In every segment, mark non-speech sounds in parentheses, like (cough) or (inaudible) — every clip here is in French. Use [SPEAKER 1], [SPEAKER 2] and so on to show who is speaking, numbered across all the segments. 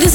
[SPEAKER 1] This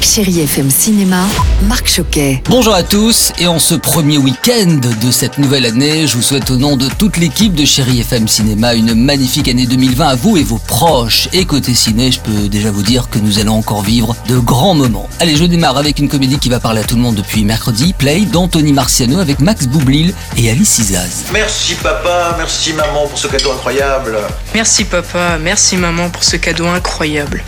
[SPEAKER 2] Chérie FM Cinéma, Marc Choquet.
[SPEAKER 3] Bonjour à tous et en ce premier week-end de cette nouvelle année, je vous souhaite au nom de toute l'équipe de Chéri FM Cinéma une magnifique année 2020 à vous et vos proches. Et côté ciné, je peux déjà vous dire que nous allons encore vivre de grands moments. Allez, je démarre avec une comédie qui va parler à tout le monde depuis mercredi, Play d'Anthony Marciano avec Max Boublil et Alice Izaz.
[SPEAKER 4] Merci papa, merci maman pour ce cadeau incroyable.
[SPEAKER 5] Merci papa, merci maman pour ce cadeau incroyable.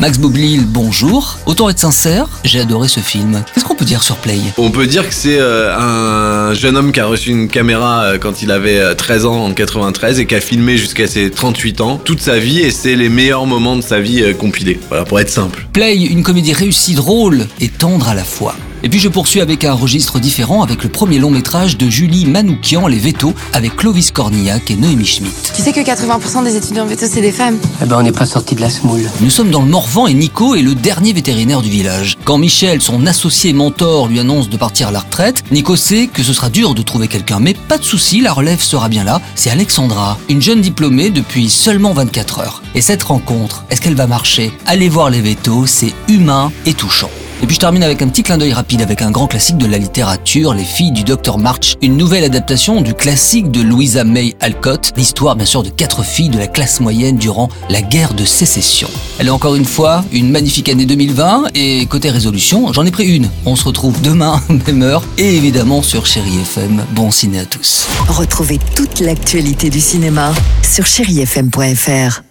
[SPEAKER 3] Max Boublil, bonjour. Autant être sincère, j'ai adoré ce film. Qu'est-ce qu'on peut dire sur Play
[SPEAKER 6] On peut dire que c'est euh, un jeune homme qui a reçu une caméra euh, quand il avait euh, 13 ans en 93 et qui a filmé jusqu'à ses 38 ans toute sa vie et c'est les meilleurs moments de sa vie euh, compilés. Voilà, pour être simple.
[SPEAKER 3] Play, une comédie réussie, drôle et tendre à la fois. Et puis je poursuis avec un registre différent avec le premier long métrage de Julie Manoukian, Les Vétos, avec Clovis Cornillac et Noémie Schmidt.
[SPEAKER 7] Tu sais que 80% des étudiants en veto, c'est des femmes.
[SPEAKER 8] ben, on n'est pas sorti de la semoule.
[SPEAKER 3] Nous sommes dans le Morvan et Nico est le dernier vétérinaire du village. Quand Michel, son associé et mentor, lui annonce de partir à la retraite, Nico sait que ce sera dur de trouver quelqu'un, mais pas de souci, la relève sera bien là. C'est Alexandra, une jeune diplômée depuis seulement 24 heures. Et cette rencontre, est-ce qu'elle va marcher Allez voir Les Vétos, c'est humain et touchant. Et puis je termine avec un petit clin d'œil rapide avec un grand classique de la littérature, Les filles du docteur March, une nouvelle adaptation du classique de Louisa May Alcott, l'histoire bien sûr de quatre filles de la classe moyenne durant la guerre de sécession. Elle est encore une fois une magnifique année 2020 et côté résolution, j'en ai pris une. On se retrouve demain, (laughs) même heure, et évidemment sur Chéri FM. Bon ciné à tous.
[SPEAKER 2] Retrouvez toute l'actualité du cinéma sur chérifm.fr.